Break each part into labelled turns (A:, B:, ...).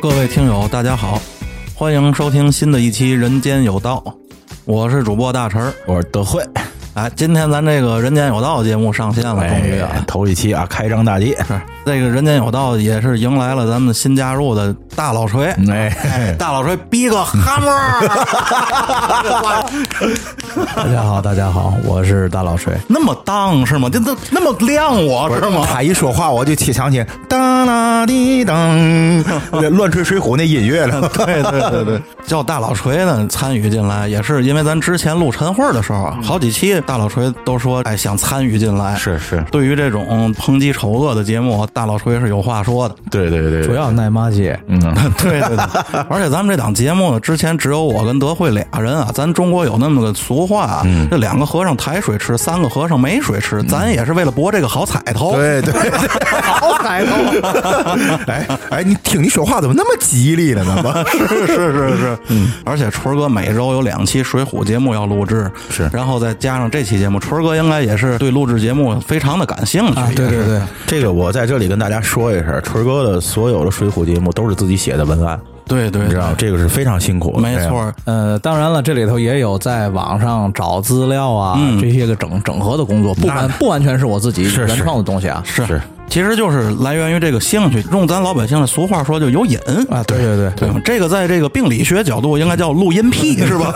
A: 各位听友，大家好，欢迎收听新的一期《人间有道》，我是主播大陈儿。
B: 我是德惠，
A: 哎，今天咱这个《人间有道》节目上线了，终于
B: 哎
A: 啊，，
B: 头一期啊，开张大吉，
A: 是这个《人间有道》也是迎来了咱们新加入的大老锤。
C: 嗯
B: 哎，
A: 大老锤逼个哈姆儿，
C: 大家好，大家好，我是大老锤。
A: 那么当是吗？这都那么亮我是吗？
B: 他一说话我就起想起当啦滴当， 乱吹水浒那音乐了。
A: 对对对对，叫大老锤呢参与进来，也是因为咱之前录晨会的时候啊，好几期大老锤都说哎想参与进来，
B: 嗯是是，
A: 对于这种抨击丑恶的节目，大老锤是有话说的。
B: 对对对，
C: 主要奶妈街，
A: 对 对对，而且咱们这档节目呢，之前只有我跟德惠俩人啊。咱中国有那么个俗话、啊，
B: 嗯
A: 这两个和尚抬水吃，三个和尚没水吃。咱也是为了博这个好彩头。
B: 对对， 好彩 头。哎哎，你听你说话怎么那么吉利了 呢？
A: 是是是是，嗯，而且春儿哥每周有两期《水浒》节目要录制，
B: 是
A: 然后再加上这期节目，春儿哥应该也是对录制节目非常的感兴趣。
C: 啊， 对对对，
B: 这个我在这里跟大家说一声，春哥的所有的水浒节目都是自己写的文案，
A: 对对
B: 你知道吗哎这个是非常辛苦的，
A: 没错儿，
C: 呃，当然了，这里头也有在网上找资料啊，这些个整整合的工作，不完不完全是我自己
B: 是
C: 原创的东西啊。
A: 是
B: 哎是，
A: 其实就是来源于这个兴趣。用咱老百姓的俗话说，就有瘾。
C: 啊，对对对，
A: 对吗？这个在这个病理学角度应该叫录音癖，是吧？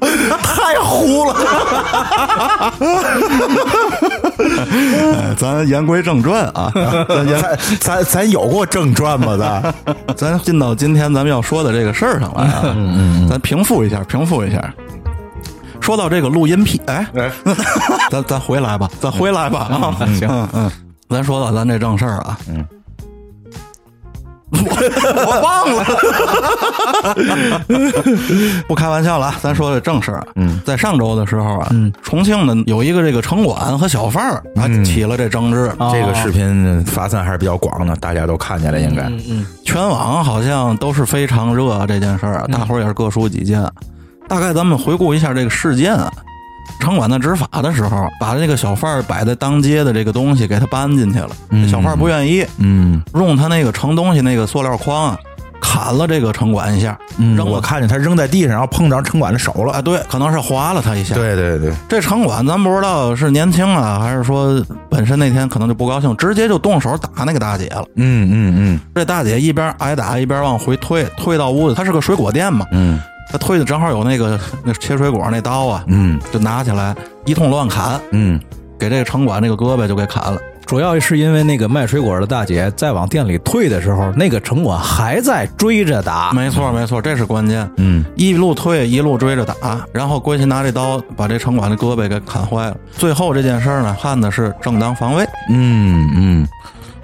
B: 太糊了。
A: 哎咱言归正传啊，
B: 咱咱咱有过正传吗？咱
A: 咱进到今天咱们要说的这个事儿上来啊，咱平复一下，平复一下。说到这个录音癖，哎， 咱咱回来吧，咱回来吧啊，行，嗯嗯，咱说到咱这正事儿啊，嗯， 我我忘了， 不开玩笑了啊，咱说这正事儿，嗯，在上周的时候啊，重庆呢有一个这个城管和小贩儿啊起了这争执，
B: 这个视频发散还是比较广的，大家都看见了，应该。
C: 嗯
A: 全网好像都是非常热啊这件事儿，大伙儿也是各抒己见。大概咱们回顾一下这个事件啊，城管在执法的时候，把这个小贩儿摆在当街的这个东西给他搬进去了，小贩儿不愿意，
B: 嗯，
A: 用他那个盛东西那个塑料筐啊，砍了这个城管一下，扔
B: 嗯我
A: 了。
B: 看见他扔在地上，然后碰着城管的手了。
A: 哎，对，可能是划了他一下。
B: 对对对，
A: 这城管咱不知道是年轻啊，还是说本身那天可能就不高兴，直接就动手打那个大姐了。
B: 嗯嗯
A: 这大姐一边挨打一边往回退，退到屋子，她是个水果店嘛，
B: 嗯
A: 她推的正好有那个 那切水果那刀啊，
B: 嗯
A: 就拿起来一通乱砍，
B: 嗯
A: 给这个城管这个胳膊就给砍了。
C: 主要是因为那个卖水果的大姐在往店里退的时候，那个城管还在追着打。
A: 没错没错，这是关键，
B: 嗯，
A: 一路退一路追着打，然后关系拿这刀把这城管的胳膊给砍坏了。最后这件事儿呢，判的是正当防卫。
B: 嗯嗯，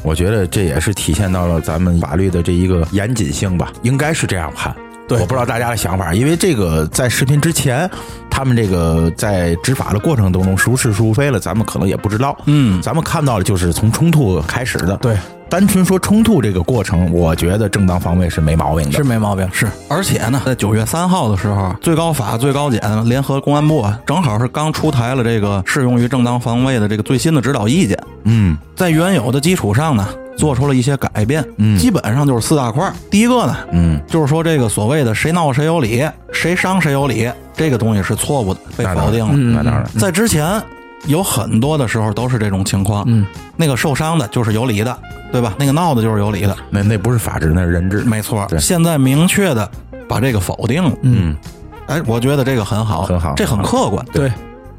B: 我觉得这也是体现到了咱们法律的这一个严谨性吧，应该是这样判。
C: 对
B: 我不知道大家的想法，因为这个在视频之前，他们这个在执法的过程当中孰是孰非了，咱们可能也不知道。
A: 嗯，
B: 咱们看到的就是从冲突开始的。
C: 对，
B: 单纯说冲突这个过程，我觉得正当防卫是没毛病的。
C: 是没毛病，是
A: 而且呢，在九月三号的时候，最高法、最高检联合公安部啊，正好是刚出台了这个适用于正当防卫的这个最新的指导意见，
B: 嗯
A: 在原有的基础上呢，做出了一些改变。
B: 嗯
A: 基本上就是四大块儿。第一个呢，
B: 嗯，
A: 就是说这个所谓的谁闹谁有理，谁伤谁有理，这个东西是错误的，被
B: 那
A: 否
B: 当然
A: 定了。嗯
B: 那当然。
A: 在之前有很多的时候都是这种情况，
C: 嗯，
A: 那个受伤的就是有理的，对吧？那个闹的就是有理的，
B: 那那不是法治，那是人治。
A: 没错。
B: 对
A: 现在明确的把这个否定了，
B: 嗯，
A: 哎，我觉得这个很好，
B: 很好
A: 这很客观，
C: 对。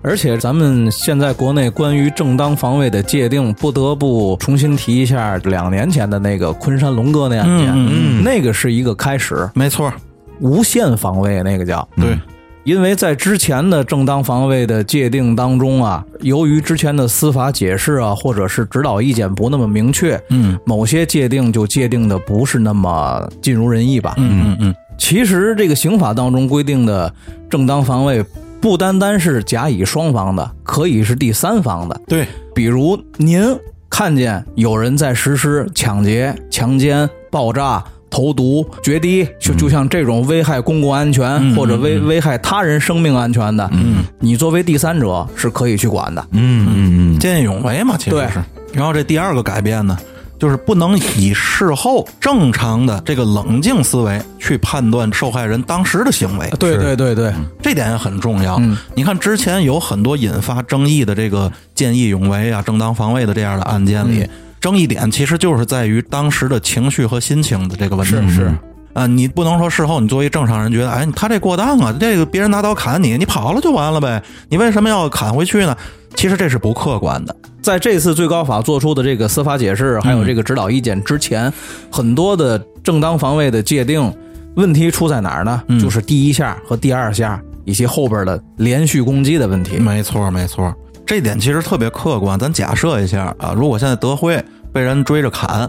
C: 而且咱们现在国内关于正当防卫的界定，不得不重新提一下两年前的那个昆山龙哥那案件，
A: 嗯
B: 嗯
C: 那个是一个开始，
A: 没错，
C: 无限防卫那个叫。
B: 嗯
A: 对，
C: 因为在之前的正当防卫的界定当中啊，由于之前的司法解释啊，或者是指导意见不那么明确，
A: 嗯
C: 某些界定就界定的不是那么尽如人意吧。
A: 嗯嗯嗯，
C: 其实这个刑法当中规定的正当防卫，不单单是甲乙双方的，可以是第三方的。
A: 对，
C: 比如您看见有人在实施抢劫、强奸、爆炸、投毒、决堤，就就像这种危害公共安全、或者危危害他人生命安全的，嗯，啊你作为第三者是可以去管的。
B: 嗯嗯嗯，
A: 哎见义勇为嘛，其实
C: 对
A: 是。然后这第二个改变呢，就是不能以事后正常的这个冷静思维去判断受害人当时的行为，
C: 呃对对对对，
A: 这点也很重要。
C: 嗯
A: 你看之前有很多引发争议的这个见义勇为啊、正当防卫的这样的案件
C: 嗯
A: 里，争议点其实就是在于当时的情绪和心情的这个问题。
C: 是是
A: 啊，你不能说事后你作为正常人觉得，哎，他这过当啊，这个别人拿刀砍你，你跑了就完了呗，你为什么要砍回去呢？其实这是不客观的。
C: 在这次最高法做出的这个司法解释，还有这个指导意见之前，很多的正当防卫的界定问题出在哪儿呢？就是第一下和第二下，以及后边的连续攻击的问题。
A: 没错，没错，这点其实特别客观。咱假设一下啊，如果现在德辉被人追着砍，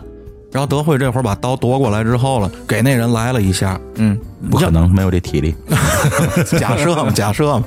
A: 然后德辉这会儿把刀夺过来之后了，给那人来了一下，
C: 嗯，
B: 不可能没有这体力。
A: 假设 嘛，假设嘛，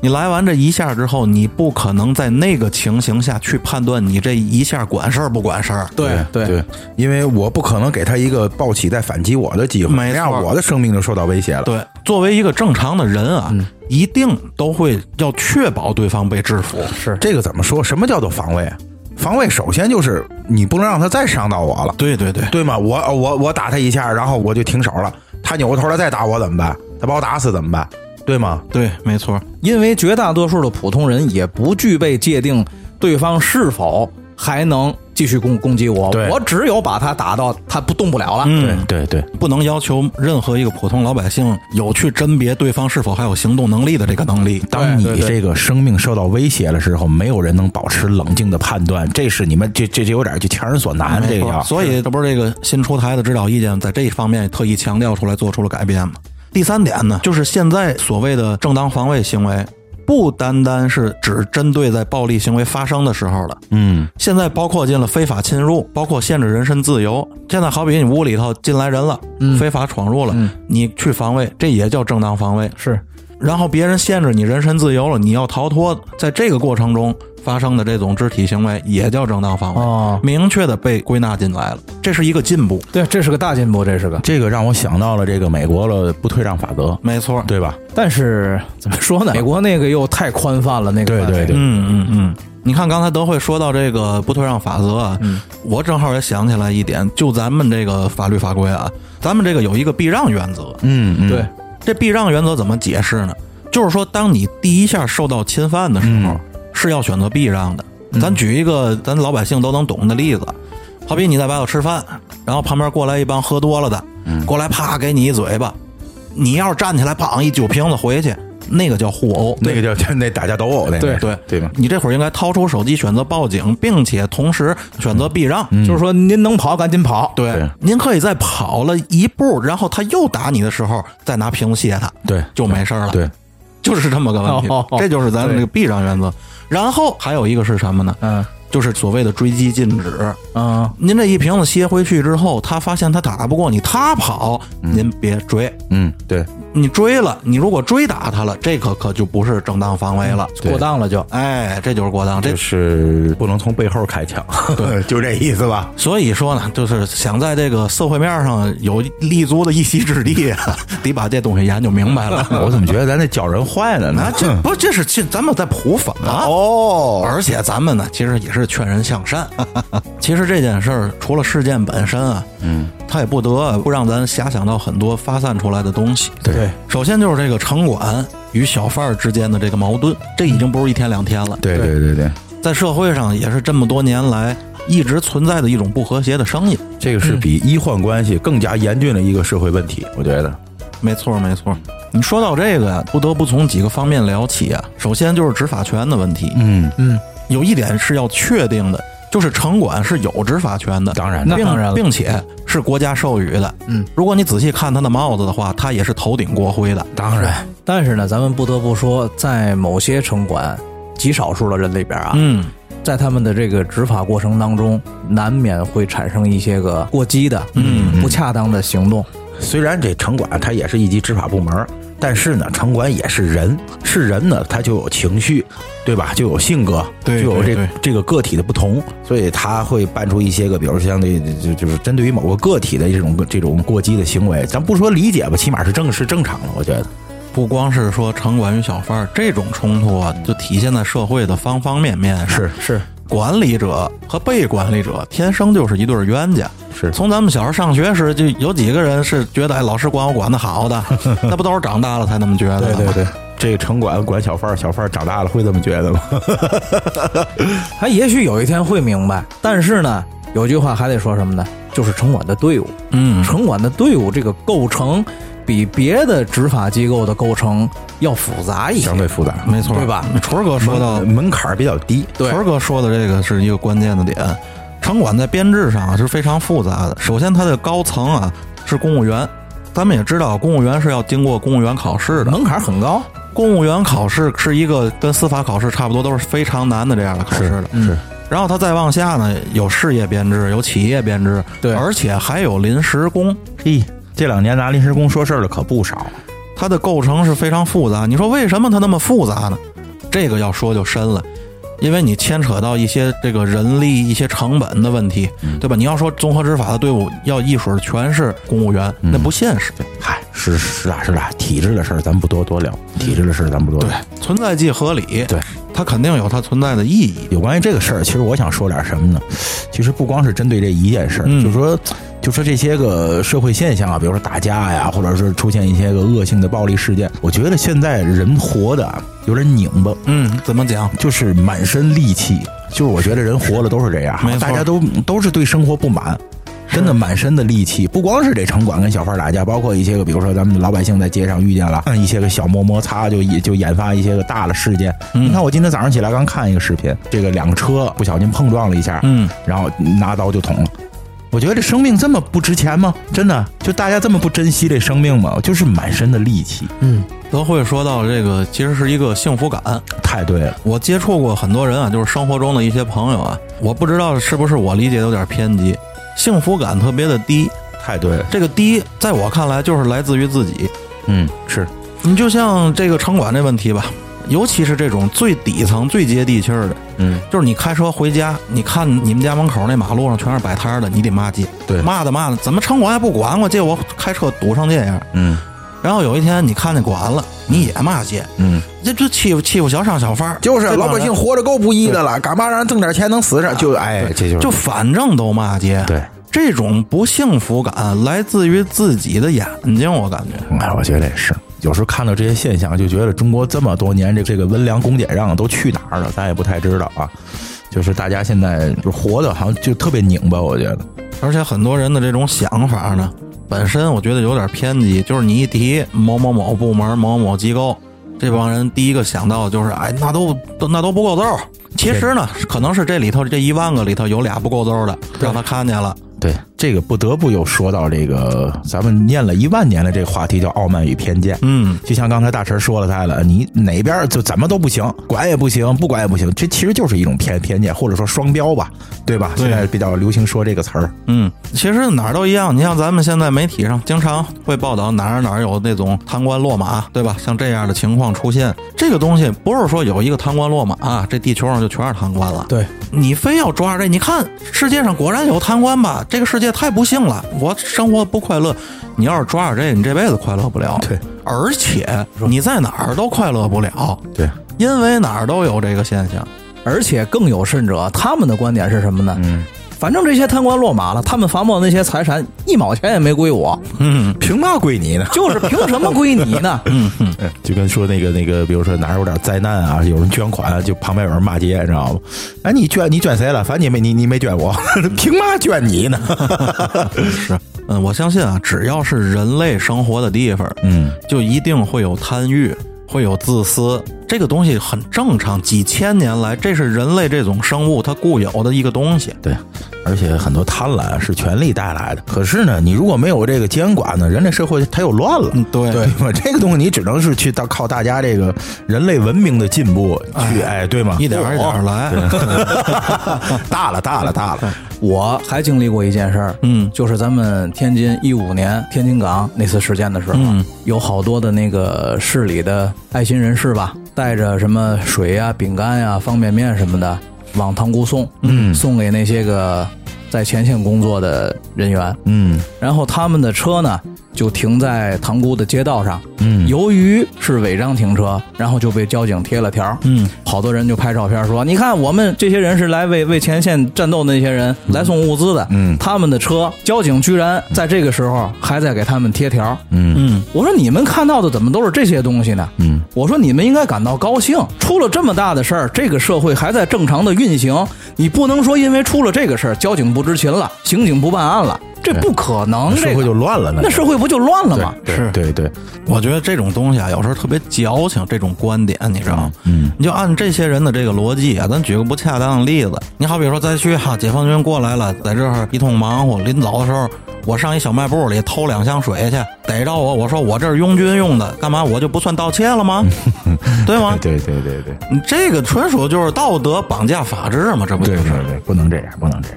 A: 你来完这一下之后，你不可能在那个情形下去判断你这一下管事儿不管事儿。
C: 对
B: 对，因为我不可能给他一个暴起再反击我的机会，
A: 没
B: 那
A: 错
B: 样我的生命就受到威胁了。
A: 对，作为一个正常的人啊，
C: 嗯
A: 一定都会要确保对方被制服。
C: 是
B: 这个怎么说？什么叫做防卫？啊防卫首先就是你不能让他再伤到我了，
A: 对对对，
B: 对吗？我我我打他一下，然后我就停手了，他扭过头来再打我怎么办？他把我打死怎么办？对吗？
A: 对，没错，
C: 因为绝大多数的普通人也不具备界定对方是否还能继续攻攻击我，
B: 对
C: 我只有把他打到他不动不了了。
A: 嗯，
B: 对对，
A: 不能要求任何一个普通老百姓有去甄别对方是否还有行动能力的这个能力。
B: 当
C: 对
B: 你
C: 对
B: 这个生命受到威胁的时候，没有人能保持冷静的判断，这是你们这这这有点就强人所难，这
A: 没
B: 个
A: 错，
B: 叫
A: 所以这不是这个新出台的指导意见在这一方面特意强调出来，做出了改变吗？第三点呢，就是现在所谓的正当防卫行为，不单单是只针对在暴力行为发生的时候了，
B: 嗯，
A: 现在包括进了非法侵入，包括限制人身自由。现在好比你屋里头进来人了，非法闯入了，你去防卫，这也叫正当防卫。
C: 是
A: 然后别人限制你人身自由了，你要逃脱，在这个过程中发生的这种肢体行为也叫正当防卫，
C: 哦，
A: 明确的被归纳进来了，这是一个进步，
C: 对，这是个大进步，这是个。
B: 这个让我想到了这个美国了不退让法则，
A: 没错。
B: 对吧？
C: 但是怎么说呢？美国那个又太宽泛了，那个
B: 对对对
A: 嗯嗯嗯。你看，刚才德惠说到这个不退让法则啊，我正好也想起来一点，就咱们这个法律法规啊，咱们这个有一个避让原则，
B: 嗯嗯
C: 对，
A: 这避让原则怎么解释呢？就是说，当你第一下受到侵犯的时候，
B: 嗯
A: 是要选择避让的。咱举一个咱老百姓都能懂的例子，好比你在外头吃饭，然后旁边过来一帮喝多了的，
B: 嗯
A: 过来啪给你一嘴巴，你要是站起来砰一酒瓶子回去，那个叫互殴。
B: 那个叫 那打架斗殴那个，
C: 对
A: 对
B: 对吧？
A: 你这会儿应该掏出手机选择报警，并且同时选择避让。
C: 就是说您能跑赶紧跑。
A: 嗯对
B: 嗯对，
A: 您可以在跑了一步，然后他又打你的时候，再拿屏幕卸他，
B: 对
A: 就没事儿了。
B: 对，
A: 就是这么个问题，
C: 哦哦哦
A: 这就是咱们这个避让原则。然后还有一个是什么呢？
C: 嗯
A: 就是所谓的追击禁止。
C: 嗯，
A: 您这一瓶子歇回去之后，他发现他打不过你，他跑，您别追。
B: 嗯对，
A: 你追了，你如果追打他了，这可可就不是正当防卫了。
C: 过当了就。
A: 哎，这就是过当。这
B: 就是不能从背后开枪， 就这意思吧？
A: 所以说呢，就是想在这个社会面上有立足的一席之地啊， 得把这东西研究明白了。
B: 我怎么觉得咱这教人坏了呢啊
A: 啊，？ 这不这是这咱们在普法
B: 嗯
A: 哦，而且咱们呢，其实也是劝人向 善。其实这件事儿，除了事件本身啊，嗯，它也不得不让咱遐想到很多发散出来的东西。
B: 对
A: 首先就是这个城管与小贩儿之间的这个矛盾，这已经不是一天两天了，
B: 对对对对，
A: 在社会上也是这么多年来一直存在的一种不和谐的声音。
B: 这个是比医患关系更加严峻的一个社会问题，我觉得。
A: 没错，没错。你说到这个呀，不得不从几个方面聊起啊。首先就是执法权的问题，
B: 嗯，
A: 有一点是要确定的，就是城管是有执法权的，
B: 当然
C: 那
A: 并
C: 当然了
A: 并且是国家授予的。
C: 嗯，
A: 如果你仔细看他的帽子的话，他也是头顶国徽的。
B: 当然，
C: 但是呢，咱们不得不说，在某些城管极少数的人里边啊，
A: 嗯，
C: 在他们的这个执法过程当中，难免会产生一些个过激的、
A: 嗯
C: 不恰当的行动。
B: 虽然这城管它也是一级执法部门，但是呢，城管也是人，是人呢，他就有情绪，对吧？就有性格，
A: 对
B: 就有
A: 对
B: 这
A: 对
B: 这个个体的不同，所以他会办出一些个，比如像这就就是针对于某个个体的这种这种过激的行为，咱不说理解吧，起码是正是正常的，我觉得。
A: 不光是说城管与小贩儿这种冲突啊，就体现在社会的方方面面。，
B: 是，
A: 管理者和被管理者天生就是一对儿冤家。
B: 是
A: 从咱们小时候上学时，就有几个人是觉得哎，老师管我管的好的，那不都是长大了才那么觉得的
B: 对
A: 吗？
B: 对对，这个城管管小贩儿，小贩儿长大了会这么觉得吗？
C: 他也许有一天会明白，但是呢，有句话还得说什么呢？就是城管的队伍，
A: 嗯，
C: 城管的队伍这个构成比别的执法机构的构成要复杂一些
B: 相，对嗯复杂，
A: 哎没错，
C: 对吧？
A: 纯儿哥说到
B: 门门槛儿比较低。
C: 对
A: 纯儿哥说的这个是一个关键的点，城管在编制上啊是非常复杂的。首先，它的高层啊是公务员，咱们也知道，公务员是要经过公务员考试的。
C: 门槛很高。
A: 公务员考试是一个跟司法考试差不多，都是非常难的这样的考试的。
B: 是，
A: 然后它再往下呢，有事业编制，有企业编制，
C: 对
A: 而且还有临时工。
B: 嘿，这两年拿临时工说事儿的可不少。
A: 它的构成是非常复杂。你说为什么它那么复杂呢？这个要说就深了，因为你牵扯到一些这个人力、一些成本的问题，对吧？你要说综合执法的队伍要一水儿全是公务员，那不现实。
B: 嗨，是是啊是啊，体制的事儿咱不多多聊，体制的事儿咱不多聊。
A: 存在即合理，
B: 对，
A: 它肯定有它存在的意义。
B: 有关于这个事儿，其实我想说点什么呢？其实不光是针对这一件事儿，
A: 嗯
B: 就说就说这些个社会现象啊，比如说打架呀，或者是出现一些个恶性的暴力事件，我觉得现在人活的啊有点拧巴，
A: 嗯，怎么讲？
B: 就是满身戾气。就是我觉得人活了都是这样
A: 没，错
B: 大家都都是对生活不满。真的满身的戾气，不光是这城管跟小贩打架，包括一些个，比如说咱们老百姓在街上遇见了嗯一些个小摩摩擦，就也就引发一些个大的事件。你看，我今天早上起来刚看一个视频，这个两个车不小心碰撞了一下，
A: 嗯，
B: 然后拿刀就捅了。我觉得这生命这么不值钱吗？真的，就大家这么不珍惜这生命吗？就是满身的戾气，
C: 嗯，
A: 德惠说到这个，其实是一个幸福感。
B: 太对了。
A: 我接触过很多人啊，就是生活中的一些朋友啊，我不知道是不是我理解有点偏激，幸福感特别的低。
B: 太对了，
A: 这个低，在我看来就是来自于自己。
B: 嗯，是，
A: 你就像这个城管这问题吧，尤其是这种最底层、最接地气儿的，
B: 嗯，
A: 就是你开车回家，你看你们家门口那马路上全是摆摊儿的，你得骂街，
B: 对
A: 骂的骂的，怎么城管也不管我，结果我开车堵成这样。
B: 嗯
A: 然后有一天你看见管了，你也骂街，
B: 嗯，
A: 这这欺负欺负小商小贩儿，
B: 就是
A: 这帮
B: 老百
A: 人
B: 姓活着够不易的了，干嘛让人挣点钱能死上？就哎，这就是
A: 就反正都骂街。
B: 对，
A: 这种不幸福感来自于自己的眼睛，我感觉。
B: 哎，我觉得也是。有时候看到这些现象，就觉得中国这么多年这这个温良恭俭让都去哪儿了，咱也不太知道啊。就是大家现在就是活的好像就特别拧巴，我觉得。
A: 而且很多人的这种想法呢，本身我觉得有点偏激，就是你一提某某某部门、某某机构，这帮人第一个想到的就是，哎，那都都那都不够揍。其实呢，可能是这里头这一万个里头有俩不够揍的，让他看见了。
B: 对，这个不得不又说到这个咱们念了一万年的这个话题，叫傲慢与偏见。
A: 嗯，
B: 就像刚才大陈说了他了，你哪边就怎么都不行，管也不行，不管也不行，这其实就是一种偏偏见，或者说双标吧，对吧？
A: 对
B: 现在比较流行说这个词儿。
A: 嗯，其实哪儿都一样。你像咱们现在媒体上经常会报道哪儿哪儿有那种贪官落马，对吧？像这样的情况出现，这个东西不是说有一个贪官落马、这地球上就全是贪官了。
C: 对，
A: 你非要抓着这，你看世界上果然有贪官吧？这个世界太不幸了，我生活不快乐。你要是抓着这个，你这辈子快乐不了。
B: 对，
A: 而且你在哪儿都快乐不了，
B: 对，
A: 因为哪儿都有这个现象。
C: 而且更有甚者，他们的观点是什么呢？
B: 嗯，
C: 反正这些贪官落马了，他们罚没那些财产一毛钱也没归我，
A: 嗯，
B: 凭嘛归你呢？
C: 就是凭什么归你呢？
B: 嗯就跟说那个那个，比如说哪儿有点灾难啊，有人捐款啊，就旁边有人骂街，你知道吗？哎，你捐你捐谁了？反正你没你你没捐我， 凭嘛捐你呢？
A: 是，嗯，我相信啊，只要是人类生活的地方，
B: 嗯，
A: 就一定会有贪欲，会有自私，这个东西很正常。几千年来，这是人类这种生物它固有的一个东西。
B: 对，而且很多贪婪啊是权力带来的。可是呢，你如果没有这个监管呢，人类社会它又乱了。
A: 嗯，对
B: 对吧？ 这个东西你只能是去到靠大家这个人类文明的进步去，哎，对吗？
A: 一点儿一点儿来。
B: 大了，大了，大了。
C: 我还经历过一件事儿，
A: 嗯
C: 就是咱们天津一五年天津港那次事件的时候，
A: 嗯
C: 有好多的那个市里的爱心人士吧，带着什么水呀、饼干呀、方便面什么的往塘沽送，嗯，送给那些个在前线工作的人员，
B: 嗯
C: 然后他们的车呢就停在塘沽的街道上。
B: 嗯
C: 由于是违章停车，然后就被交警贴了条。
A: 嗯，
C: 好多人就拍照片说：“你看，我们这些人是来为为前线战斗的那些人来送物资的，
B: 嗯
C: 他们的车，交警居然在这个时候还在给他们贴条。
B: 嗯
A: 嗯
C: 我说你们看到的怎么都是这些东西呢？
B: 嗯
C: 我说你们应该感到高兴，出了这么大的事儿，这个社会还在正常的运行，你不能说因为出了这个事儿，交警不执勤了，刑警不办案了，这不可能，
B: 社
C: 这
B: 会
C: 个
B: 就乱了呢。
C: 那社会不就乱了
B: 对
C: 吗？
B: 对
A: 是
B: 对对，
A: 我觉得这种东西啊，有时候特别矫情，这种观点你知道吗？
B: 嗯
A: 你就按这些人的这个逻辑啊，咱举个不恰当的例子，你好比说灾区哈，解放军过来了，在这儿一通忙活，临走的时候，我上一小卖部里偷两箱水去，逮着我，我说我这是拥军用的，干嘛我就不算盗窃了 吗？对吗？
B: 对对对对
A: 你这个纯属就是道德绑架法治嘛，这不就
B: 对
A: 是？
B: 对对，不能这样，不能这样。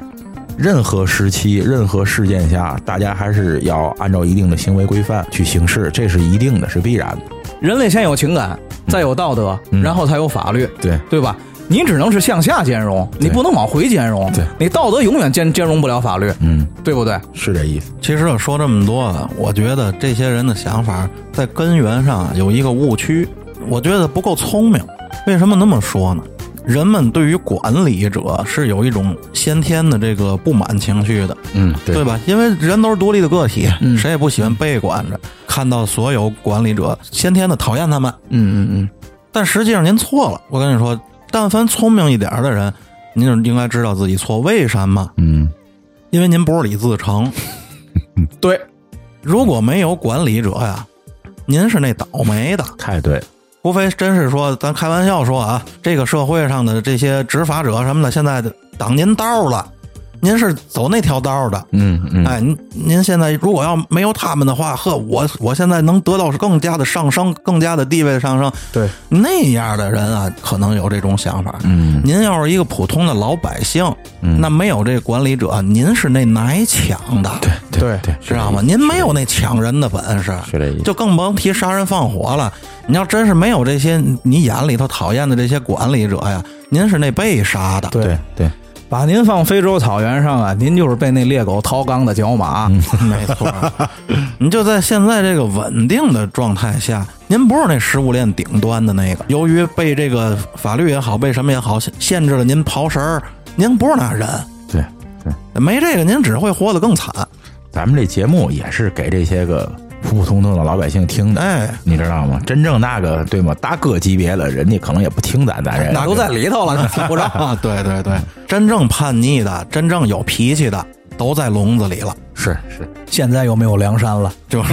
B: 任何时期、任何事件下，大家还是要按照一定的行为规范去行事，这是一定的，是必然的。
C: 人类先有情感，再有道德，然后才有法律，
B: 对
C: 对吧？你只能是向下兼容，你不能往回兼容，
B: 对
C: 你道德永远兼兼容不了法律，
B: 嗯，
C: 对不对？
B: 是这意思。
A: 其实我说这么多啊，我觉得这些人的想法在根源上啊有一个误区，我觉得不够聪明。为什么那么说呢？人们对于管理者是有一种先天的这个不满情绪的，
B: 嗯，对嗯
A: 对吧？因为人都是独立的个体，谁也不喜欢被管着。看到所有管理者，先天的讨厌他们，
C: 嗯嗯嗯。
A: 但实际上您错了。我跟你说，但凡聪明一点儿的人，您就应该知道自己错。为什么？
B: 嗯
A: 因为您不是李自成。
C: 对，
A: 如果没有管理者呀，您是那倒霉的。
B: 太对了。
A: 无非真是说，咱开玩笑说啊，这个社会上的这些执法者什么的，现在挡您道了，您是走那条道的。
B: 嗯嗯
A: 哎，您您现在如果要没有他们的话，呵，我我现在能得到更加的上升，更加的地位上升。
C: 对，
A: 那样的人啊，可能有这种想法。
B: 嗯
A: 您要是一个普通的老百姓，那没有这管理者，您是那奶抢的，对，
B: 对对，
A: 知道吗？您没有那抢人的本事，
B: 是这意思。
A: 就更甭提杀人放火了。你要真是没有这些你眼里头讨厌的这些管理者呀，您是那被杀的。
B: 对对，
C: 把您放非洲草原上啊，您就是被那猎狗掏肛的角马。
A: 没错 儿，你就在现在这个稳定的状态下，您不是那食物链顶端的那个。由于被这个法律也好，被什么也好限限制了您刨食儿，您不是那人，
B: 对对，
A: 没这个您只会活得更惨。
B: 咱们这节目也是给这些个普普通通的老百姓听的，
A: 哎，
B: 你知道吗？真正那个对吗？大哥级别了，人家可能也不听咱咱这个。
C: 哪都在里头 了，你听不着。
A: 啊，对对对，真正叛逆的，真正有脾气的，都在笼子里了。
B: 是是，
C: 现在又没有梁山了，
A: 就是，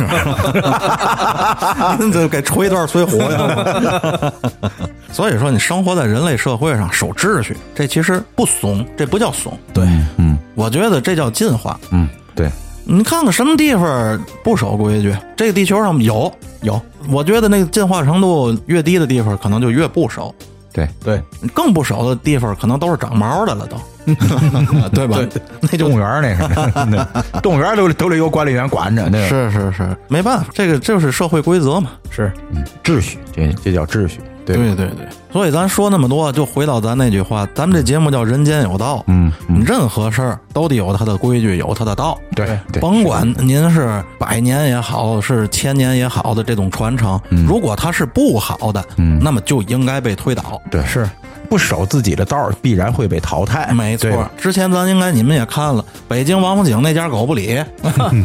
A: 您就给吹一段催活呀。 所以说，你生活在人类社会上，守秩序，这其实不怂，这不叫怂，
B: 对，嗯
A: 我觉得这叫进化。
B: 嗯，对，
A: 你看看什么地方不守规矩？这个地球上有有，我觉得那个进化程度越低的地方，可能就越不守。
B: 对对，
A: 更不守的地方，可能都是长毛的了，都， 对吧？
B: 那动物园儿那 是，那动物园儿都都得有管理员管着，那个
A: 是是是，没办法，这个就是社会规则嘛。
B: 是嗯秩序，这这叫秩序，对吧，
A: 对对，所以咱说那么多，就回到咱那句话，咱们这节目叫“人间有道”。
B: 嗯嗯，
A: 任何事儿都得有它的规矩，有它的道。
B: 对对，
A: 甭管您是百年也好，是千年也好的这种传承，
B: 嗯
A: 如果它是不好的，那么就应该被推倒。
B: 对是不守自己的道儿，必然会被淘汰，
A: 没错
B: 对吧，
A: 之前咱应该你们也看了，北京王府井那家狗不理，
B: 嗯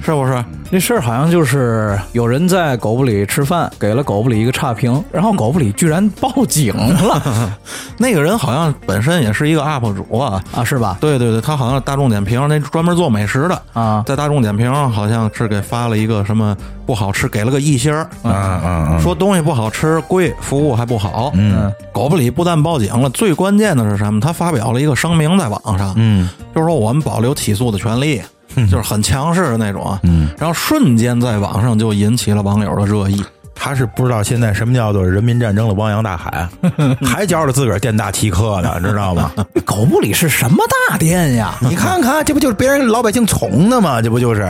A: 是不是？
C: 那事儿好像就是有人在狗不理吃饭，给了狗不理一个差评，然后狗不理居然报警了
A: 那个人好像本身也是一个 UP 主啊，
C: 啊，是吧？
A: 对对对，他好像是大众点评那专门做美食的
C: 啊
A: 在大众点评上好像是给发了一个什么不好吃，给了个一星儿，
B: 嗯嗯嗯，
A: 说东西不好吃，贵，服务还不好。
B: 嗯
A: 狗不理不但报警了，最关键的是什么？他发表了一个声明在网上，
B: 嗯
A: 就是说我们保留起诉的权利，就是很强势的那种。啊
B: 嗯，
A: 然后瞬间在网上就引起了网友的热议。
B: 他是不知道现在什么叫做人民战争的汪洋大海，啊 还觉着自个儿店大欺客呢，知道吗？
C: 狗不理是什么大店 呀？
B: 你看看，这不就是别人老百姓宠的吗？这不就是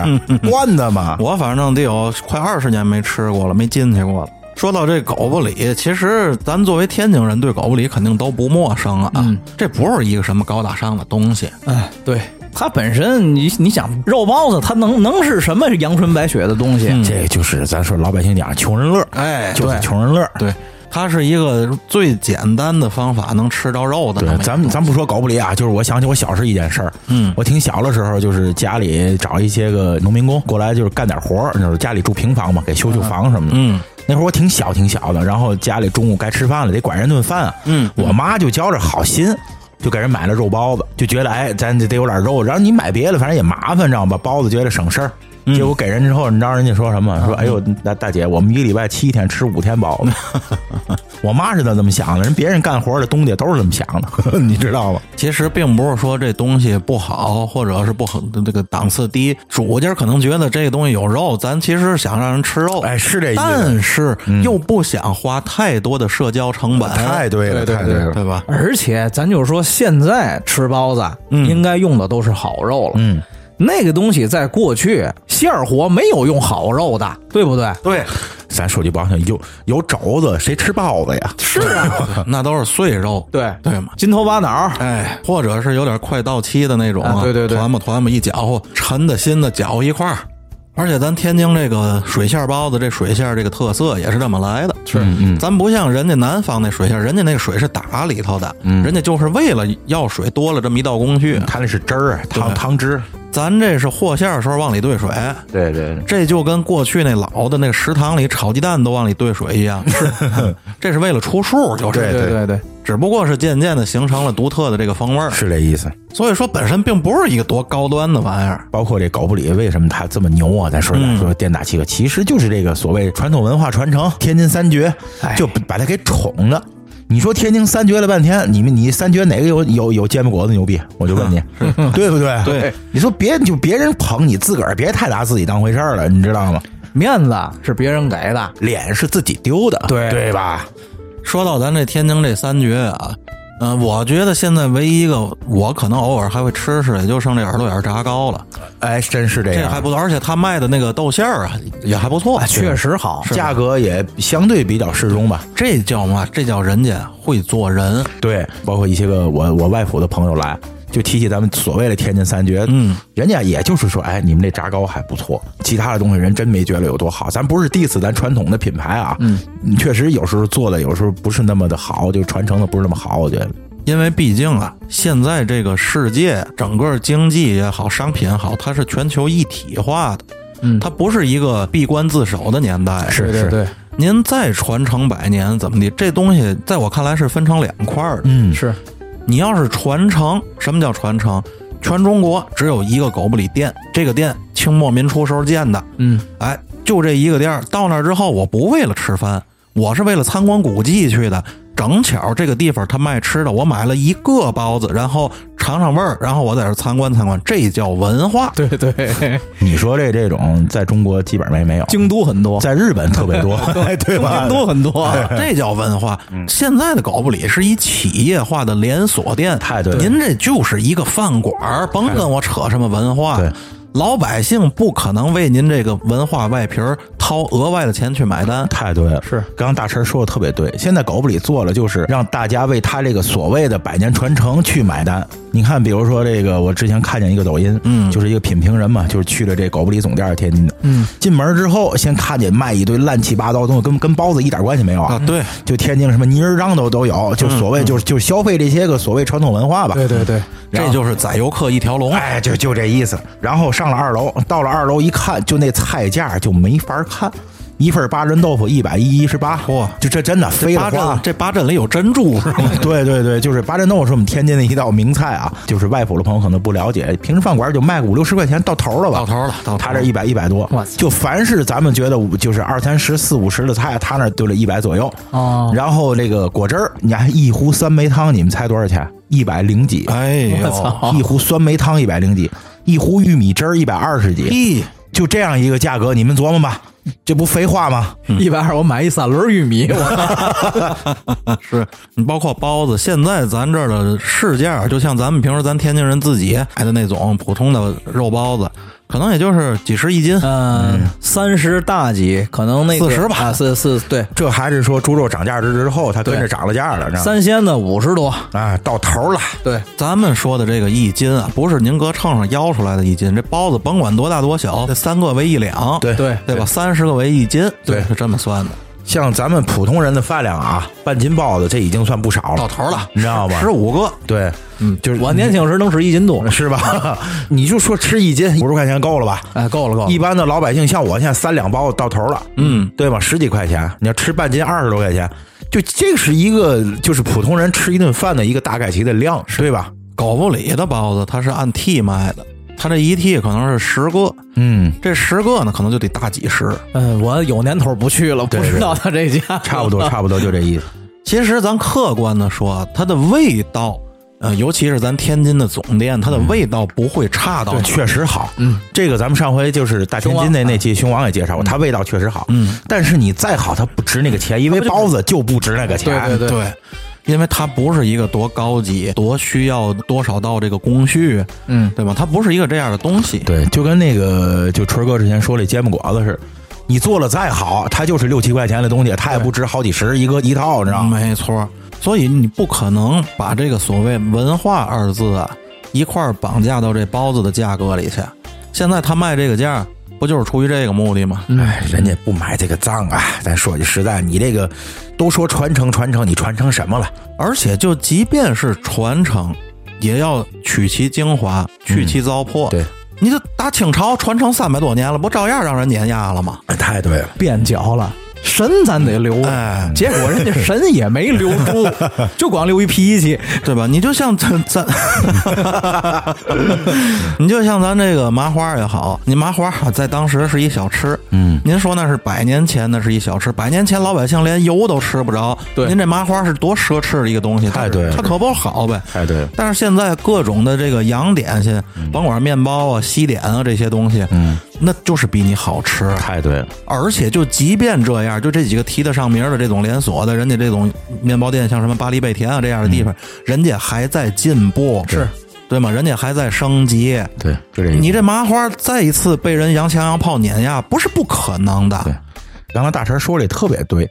B: 惯的吗？
A: 我反正得有快二十年没吃过了，没进去过了。说到这狗不理，其实咱作为天津人，
B: 嗯
A: 对狗不理肯定都不陌生啊。这不是一个什么高大上的东西，
C: 哎，对，它本身你你想肉包子，它能能是什么阳春白雪的东西？
B: 这就是咱说老百姓讲穷人乐，
A: 哎，
B: 就是
A: 对
B: 穷人乐。
A: 对，它是一个最简单的方法能吃着肉的那么
B: 对
A: 一，个
B: 咱们咱不说狗不理啊，就是我想起我小时候一件事儿。
A: 嗯
B: 我挺小的时候，就是家里找一些个农民工过来，就是干点活儿，就是家里住平房嘛，给修修房什么的。
A: 嗯
B: 那会儿我挺小挺小的，然后家里中午该吃饭了，得管人顿饭啊。
A: 嗯
B: 我妈就觉着好心，就给人买了肉包子，就觉得哎，咱得得有点肉。然后你买别的，反正也麻烦，知道吧？包子觉得省事儿。结果给人之后，你知道人家说什么？说哎呦，大大姐，我们一个礼拜七天吃五天包子。 我妈是这么想的，人别人干活的东家都是这么想的， 你知道吗？
A: 其实并不是说这东西不好，或者是不很这个档次低，主家可能觉得这个东西有肉，咱其实想让人吃肉，
B: 哎，是这意思。嗯
A: 但是又不想花太多的社交成本，
B: 太对了，太对了。
A: 对 吧？
C: 而且咱就是说，现在吃包子、应该用的都是好肉了。
B: 嗯，
C: 那个东西在过去馅儿活没有用好肉的，对不对？
A: 对，
B: 咱说句不好听，有有肘子，谁吃包子呀？嗯
C: 是啊，
A: 那都是碎肉，
C: 对
A: 对嘛。
C: 筋头巴脑，
A: 哎，或者是有点快到期的那种、
C: 啊对对对
A: 团吧团吧一搅和，沉的新的搅和一块儿。而且咱天津这个水馅儿包子，这水馅儿这个特色也是这么来的。是，
C: 嗯
A: 咱不像人家南方那水馅儿，人家那个水是打里头的，
C: 嗯
A: 人家就是为了要水多了这么一道工序。
B: 他那是汁儿啊，汤汤汁。
A: 咱这是和馅儿的时候往里兑水，
B: 对对对，
A: 这就跟过去那老的那个食堂里炒鸡蛋都往里兑水一样， 是，这是为了出数，就是，
B: 对
C: 哎对对对，
A: 只不过是渐渐的形成了独特的这个风味儿。
B: 是这意思。
A: 所以说，本身并不是一个多高端的玩意儿。
B: 包括这狗不理为什么他这么牛啊？咱说
A: 嗯
B: 咱说店大欺客，其实就是这个所谓传统文化传承，天津三绝
C: 哎
B: 就把它给宠了。你说天津三绝了半天，你们你三绝哪个有有有煎饼果子牛逼？我就 问你，对不对？
A: 对，
B: 你说别就别人捧你，自个儿别太拿自己当回事儿了，你知道吗？
C: 面子是别人给的，
B: 脸是自己丢的，
C: 对
B: 对吧？
A: 说到咱这天津这三绝啊，嗯、我觉得现在唯一一个我可能偶尔还会吃吃，也就剩这耳朵眼炸糕了，
B: 哎，真是这
A: 这还
B: 样。哎
A: 不错。而且他卖的那个豆馅儿啊，也还不错。
C: 确实好。
B: 价格也相对比较适中吧，
A: 这叫嘛？这叫人家会做人。
B: 对，包括一些个我我外府的朋友来，就提起咱们所谓的天津三绝，
A: 嗯，
B: 人家也就是说，哎，你们这炸糕还不错，其他的东西人真没觉得有多好。咱不是 diss 咱传统的品牌啊，嗯，确实有时候做的有时候不是那么的好，就传承的不是那么好，我觉得。
A: 因为毕竟啊，现在这个世界整个经济也好，商品也好，它是全球一体化的，
C: 嗯
A: 它不是一个闭关自守的年代。啊
B: 是
C: 对对对，
A: 您再传承百年怎么的，这东西在我看来是分成两块儿的。
B: 嗯，
C: 是
A: 你要是传承，什么叫传承？全中国只有一个狗不理店，这个店清末民初时候建的，
C: 嗯，
A: 哎，就这一个店儿。到那儿之后，我不为了吃饭，我是为了参观古迹去的。正巧这个地方他卖吃的，我买了一个包子，然后尝尝味儿，然后我在这儿参观参观，这叫文化。
C: 对对，
B: 你说这这种在中国基本没没有，
C: 京都很多，
B: 在日本特别多，对吧
C: 京？都 很多，
A: 啊，这叫文化。
B: 嗯
A: 现在的狗不理是一企业化的连锁店，
B: 太对了
A: 您这就是一个饭馆儿，甭跟我扯什么文化
B: 对。
A: 老百姓不可能为您这个文化外皮儿掏额外的钱去买单。
B: 太对了，是刚刚大陈说的特别对。现在狗不理做了，就是让大家为他这个所谓的百年传承去买单。你看，比如说这个，我之前看见一个抖音，嗯，就是一个品评人嘛，就是去了这狗不理总店，天津的，嗯，进门之后先看见卖一堆乱七八糟的东西，跟跟包子一点关系没有
A: 啊
B: 啊，
A: 对，
B: 就天津什么泥人张都都有，就所谓就是就消费这些个所谓传统文化吧，
C: 对对对，
A: 这就是宰游客一条龙。
B: 哎，就就这意思。然后上了二楼，到了二楼一看，就那菜价就没法看，一份八珍豆腐一百一十八，
A: 嚯
B: 就这真的飞了
A: 八
B: 花
A: 阵。这八阵里有珍珠是吗？
B: 对对对，就是八珍豆腐是我们天津的一道名菜啊，就是外府的朋友可能不了解，平时饭馆就卖个五六十块钱，到头了吧？
A: 到头了到头了
B: 他这一百一百多
C: 我，操
B: 就凡是咱们觉得五就是二三十、四五十的菜，他那儿就得一百左右。
C: 哦，
B: 然后这个果汁儿，你看一壶酸梅汤，你们猜多少钱？一百零几。
A: 哎
C: 我
A: 呦，
C: 操，
B: 一壶酸梅汤一百零几，一壶玉米汁儿一百二十几，
A: 咦，
B: 就这样一个价格，你们琢磨吧，这不废话吗？
C: 一百二我买一三轮玉米，我
A: 是你包括包子，现在咱这儿的市价，就像咱们平时咱天津人自己买的那种普通的肉包子，可能也就是几十一斤，
C: 嗯， 三十大几，可能那个
A: 40吧
C: 啊四四对，
B: 这还是说猪肉涨价之之后，它跟着涨了价了，知道吗？
C: 三鲜的五十多，
B: 啊，到头了，
C: 啊对，
A: 咱们说的这个一斤啊，不是您搁秤上腰出来的一斤，这包子甭管多大多小，这三个为一两，
B: 对
C: 对
A: 对吧？三十个为一斤，
B: 对
A: 是这么算的。
B: 像咱们普通人的饭量啊，半斤包子这已经算不少了，
A: 到头了
B: 你知道吗？
A: 十五个，
B: 对，嗯，就是
C: 我年轻时能吃一斤 多，
B: 是吧？你就说吃一斤五十块钱够了吧？
C: 哎，够了够了
B: 一，般的老百姓像我现在三两包子到头了，
A: 嗯，
B: 对吧？十几块钱，你要吃半斤二十多块钱，就这是一个就是普通人吃一顿饭的一个大概其的量，对吧？
A: 狗不理的包子它是按屉卖的，它这一屉可能是十个，
B: 嗯，
A: 这十个呢可能就得大几十。
C: 嗯，我有年头不去了，不
B: 对
C: 知道他这家
B: 差不多，差不多就这意思。
A: 其实咱客观的说，它的味道，呃，尤其是咱天津的总店，它的味道不会差到
B: 对，
A: 去。
B: 确实好。嗯，这个咱们上回就是大天津那那期熊王也介绍过，它味道确实好。嗯，但是你再好，它不值那个钱，因为包子就不值那个钱。
C: 对对
A: 对，因为它不是一个多高级、多需要多少道这个工序，
C: 嗯，
A: 对吧？它不是一个这样的东西。
B: 对就跟那个就春儿哥之前说那煎饼果子似的，你做了再好，它就是六七块钱的东西，它也不值好几十一个一套，你知道吗？
A: 没错，所以你不可能把这个所谓文化二字啊一块儿绑架到这包子的价格里去。现在他卖这个价，不就是出于这个目的吗？
B: 哎，人家不买这个账啊！咱说句实在，你这个都说传承传承，你传承什么了？
A: 而且，就即便是传承，也要取其精华，去其糟粕。
B: 对，
A: 你这打清朝传承三百多年了，不照样让人碾压了吗？
B: 太对了，
C: 变脚了。神咱得留，啊
A: 哎
C: 结果人家神也没留 住，就光留一脾气。
A: 对吧？你就像咱 咱，你就像咱这个麻花也好，你麻花啊在当时是一小吃，嗯，您说那是百年前那是一小吃，百年前老百姓连油都吃不着，
C: 对
A: 您这麻花是多奢侈的一个东西，
B: 太
A: 但是
B: 对了
A: 它可不好呗。
B: 太对了。
A: 但是现在各种的这个洋点心，甭管是面包啊、西点啊这些东西，嗯，那就是比你好吃，啊
B: 太对了，
A: 而且就即便这样，就这几个提得上名儿的这种连锁的，人家这种面包店，像什么巴黎贝甜啊这样的地方，人家还在进步，
B: 是嗯
A: 对吗？人家还在升级。
B: 对，就这意思。
A: 你这麻花再一次被人洋枪洋炮碾压，不是不可能的。
B: 刚才大神说的也特别对，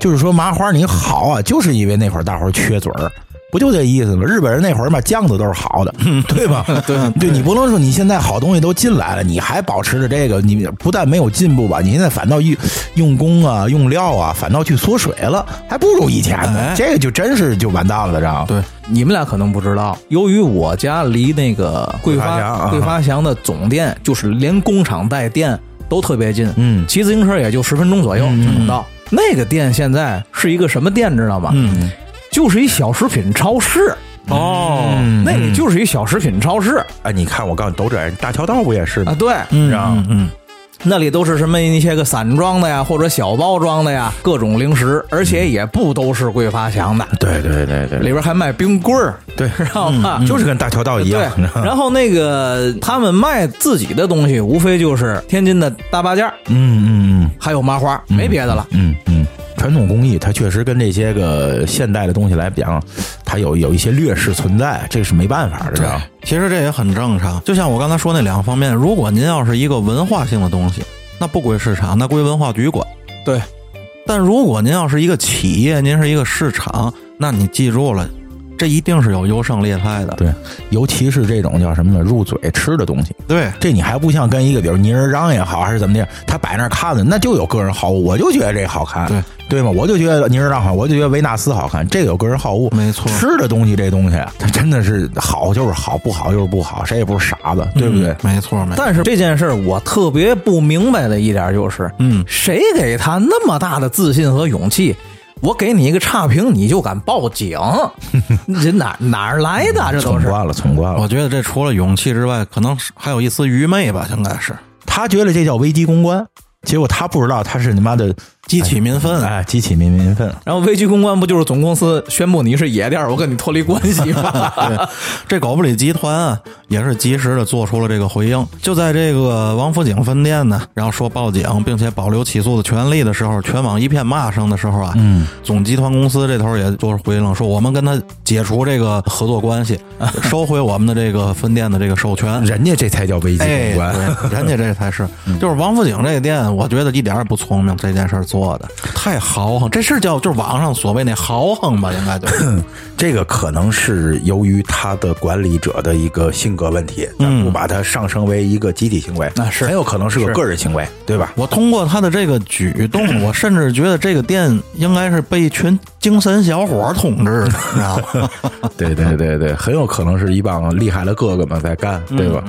B: 就是说麻花你好啊，就是因为那会儿大伙儿缺嘴儿。不就这意思吗？日本人那会儿嘛，酱子都是好的， 对吧？对，啊对你不能说你现在好东西都进来了，你还保持着这个，你不但没有进步吧，你现在反倒用用工啊、用料啊，反倒去缩水了，还不如以前呢。这个就真是就完蛋了，知道吗？
C: 对，你们俩可能不知道，由于我家离那个桂
B: 桂发祥啊
C: 发桂发祥的总店，就是连工厂带店都特别近，
B: 嗯
C: 骑自行车也就十分钟左右就能到。那个店现在是一个什么店，知道吗？
A: 嗯，
C: 就是一小食品超市，
A: 哦，
C: 那里就是一小食品超市
B: 哎，你看我告诉你，都这样，大桥道不也是
C: 啊
B: 吗？。
C: 对，
A: 嗯
B: 是啊
A: 嗯嗯，
C: 那里都是什么一些个散装的呀，或者小包装的呀，各种零食，而且也不都是桂发祥的，
B: 对对对对
C: 里边还卖冰棍儿，
B: 对，
C: 知道吗？
B: 就是跟大桥嗯道一样你
C: 对，
B: 知道，吗
C: 然后那个他们卖自己的东西，无非就是天津的大八件儿，
B: 嗯嗯嗯。
C: 还有麻花，没别的了。
B: 嗯，嗯，传统工艺它确实跟这些个现代的东西来讲，它有有一些劣势存在，这是没办法的，知道吗？
A: 其实这也很正常。就像我刚才说那两个方面，如果您要是一个文化性的东西，那不归市场，那归文化局管。
C: 对，
A: 但如果您要是一个企业，您是一个市场，那你记住了，这一定是有优胜劣汰的。
B: 对，尤其是这种叫什么呢？入嘴吃的东西，
A: 对，
B: 这你还不像跟一个比如泥人张也好，还是怎么的，他摆那儿看着，那就有个人好恶，我就觉得这好看，
A: 对
B: 对吗？我就觉得泥人张好看，我就觉得维纳斯好看，这有个人好恶，
A: 没错
B: 吃的东西这东西，它真的是好就是好，不好就是不好，谁也不是傻子，对不对？
A: 嗯没错，没错。
C: 但是这件事儿，我特别不明白的一点就是，
A: 嗯，
C: 谁给他那么大的自信和勇气？我给你一个差评，你就敢 报警？这哪哪儿来的？这都
B: 冲
C: 是
B: 惯了，冲惯了。
A: 我觉得这除了勇气之外，可能是还有一丝愚昧吧，应该是。
B: 他觉得这叫危机公关，结果他不知道他是你妈的
A: 激起民愤，啊
B: 哎，激起民民愤。
C: 然后危机公关不就是总公司宣布你是野店儿，我跟你脱离关系 吗？
A: 这狗不理集团啊，也是及时的做出了这个回应。就在这个王府井分店呢，然后说报警，并且保留起诉的权利的时候，全网一片骂声的时候啊，嗯，总集团公司这头也做出回应了，说我们跟他解除这个合作关系，收回我们的这个分店的这个授权。
B: 人家这才叫危机
A: 哎，
B: 公关，
A: 对，人家这才是，就是王府井这个店，我觉得一点儿也不聪明，这件事儿做的太豪横，这是叫就是网上所谓那豪横吧，应该就是。
B: 这个可能是由于他的管理者的一个性格问题，咱不把它上升为一个集体行为，嗯那
C: 是
B: 很有可能是个个人行为，对吧？
A: 我通过他的这个举动，我甚至觉得这个店应该是被一群精神小伙儿统治的，你知道吗？
B: 对对对对，很有可能是一帮厉害的哥哥们在干，对吧？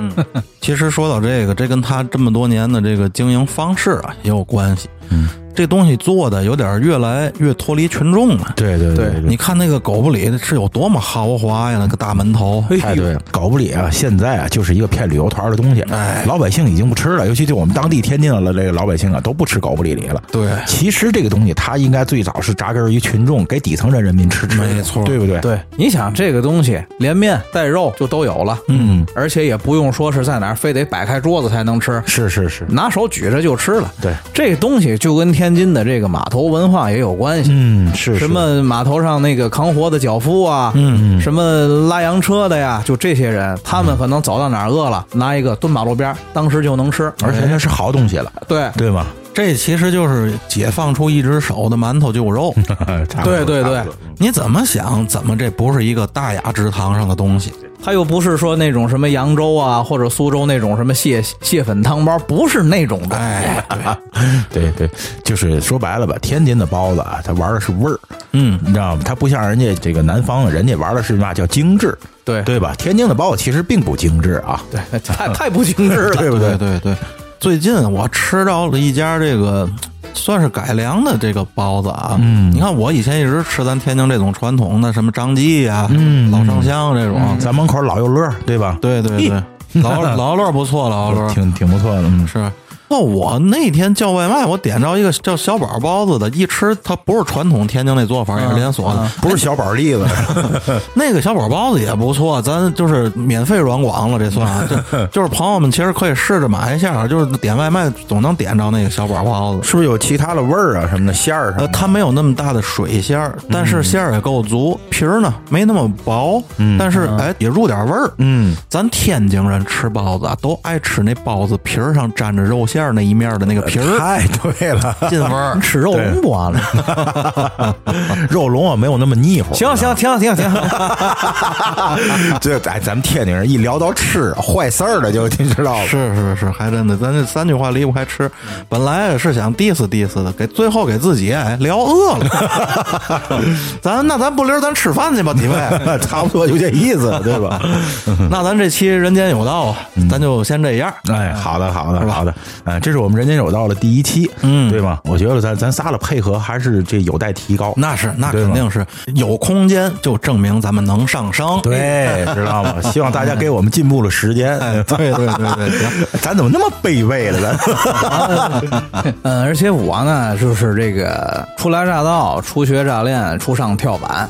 A: 其实说到这个，这跟他这么多年的这个经营方式啊也有关系。
B: 嗯，
A: 这东西做的有点越来越脱离群众了。
B: 对对
C: 对
A: 你看那个狗不理是有多么豪华呀，那个大门头。
B: 太对了，狗不理啊！现在啊，就是一个骗旅游团的东西。
A: 哎
B: 老百姓已经不吃了，尤其就我们当地天津的这个老百姓啊，都不吃狗不理里了。
A: 对，
B: 其实这个东西，它应该最早是扎根于群众，给底层人人民吃吃的，
A: 没错
B: 对不对？
C: 对，你想这个东西连面带肉就都有了，
B: 嗯，
C: 而且也不用说是在哪儿非得摆开桌子才能吃，
B: 是是是，
C: 拿手举着就吃了。
B: 对，
C: 这东西就跟天津的这个码头文化也有关系。
B: 嗯，是
C: 什？么码头上那个扛活的脚夫啊，嗯，什么拉洋车的呀，就这些人，他们可能走到哪儿饿了，拿一个蹲马路边儿，当时就能吃。
B: 而且那是好东西了，
C: 对，
B: 对 吗？
A: 这其实就是解放出一只手的馒头就肉。
C: 对对对，
A: 你怎么想，怎么这不是一个大雅之堂上的东西？
C: 他又不是说那种什么扬州啊，或者苏州那种什么蟹蟹粉汤包，不是那种的。
A: 哎，
B: 对对，就是说白了吧，天津的包子啊，它玩的是味儿，
A: 嗯，
B: 你知道吗？它不像人家这个南方，人家玩的是嘛叫精致，
C: 对
B: 对吧？天津的包子其实并不精致啊，对
C: 太太不精致了。
B: 对不
A: 对？对对，最近我吃到了一家这个算是改良的这个包子啊。嗯，你看我以前一直吃咱天津这种传统的什么张记呀、
B: 嗯
A: 老上香这种。
B: 咱门口老幼乐，对吧？
A: 对对对， 老老乐不错，老乐
B: 挺挺不错的，嗯，
A: 是。那我那天叫外卖，我点着一个叫小宝包子的，一吃它不是传统天津那做法，也是连锁的。
B: 不是小宝栗子，
A: 那个小宝包子也不错，咱就是免费软广了，这算啊。这就是朋友们其实可以试着买一下，就是点外卖总能点着那个小宝包子。
B: 是不是有其他的味儿啊什么的馅儿什么
A: 呃，
B: 的？
A: 它没有那么大的水馅儿，但是馅儿也够足，皮儿呢没那么薄，但是哎也入点味儿。
B: 嗯，
A: 咱天津人吃包子啊，都爱吃那包子皮儿上沾着肉馅儿那一面儿的那个皮儿，
B: 太对了，
A: 进味 儿。
C: 吃肉龙不完了。
B: 肉龙啊没有那么腻乎。
C: 行行，停停停，
B: 这哎，咱们天津人一聊到吃坏事儿了，就你知道了。
A: 是是是，还真的，咱这三句话离不开吃。本来是想 diss diss 的，给最后给自己哎聊饿了。 咱那咱不溜儿，咱吃饭去吧，几位。
B: 差不多就这意思，对吧？
A: 那咱这期人间有道啊，
B: 嗯
A: 咱就先这样。
B: 哎，好的，好的，好的，哎，这是我们人间有道的第一期，嗯，对吗？我觉得咱咱仨的配合还是这有待提高，
A: 那是，那
B: 对吗
A: 肯定是有空间，就证明咱们能上升。
B: 对，知道吗？希望大家给我们进步了时间。
A: 哎，对对对对，行，
B: 咱怎么那么卑微了？咱
C: 嗯，而且我呢，就是这个初来乍到、初学乍练、初上跳板，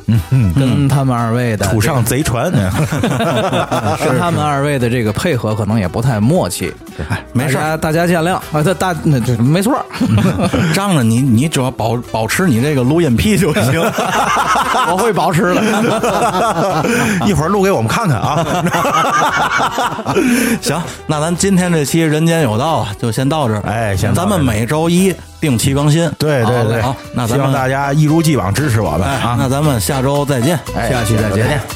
C: 跟他们二位的
B: 土上贼船，
C: 跟他们二位的这个配合，可能也不太默契。哎，
A: 没事儿
C: 大家大家见谅啊！大大那这没错儿，
A: 仗着你，你只要保保持你这个录音癖就 行。
C: 我会保持的。
B: 一会儿录给我们看看啊！
A: 行，那咱今天这期《人间有道》啊，就先到这儿。
B: 哎先到这
A: 咱
B: 儿
A: 们每周一定期更新。
B: 对
A: 好
B: 对
A: 嘞
B: 对，
A: 好，那
B: 希
A: 咱
B: 望
A: 们
B: 大家一如既往支持我们
A: 哎
B: 啊！
A: 那咱们下周再见。
B: 哎
C: 下期再见
B: 下周再见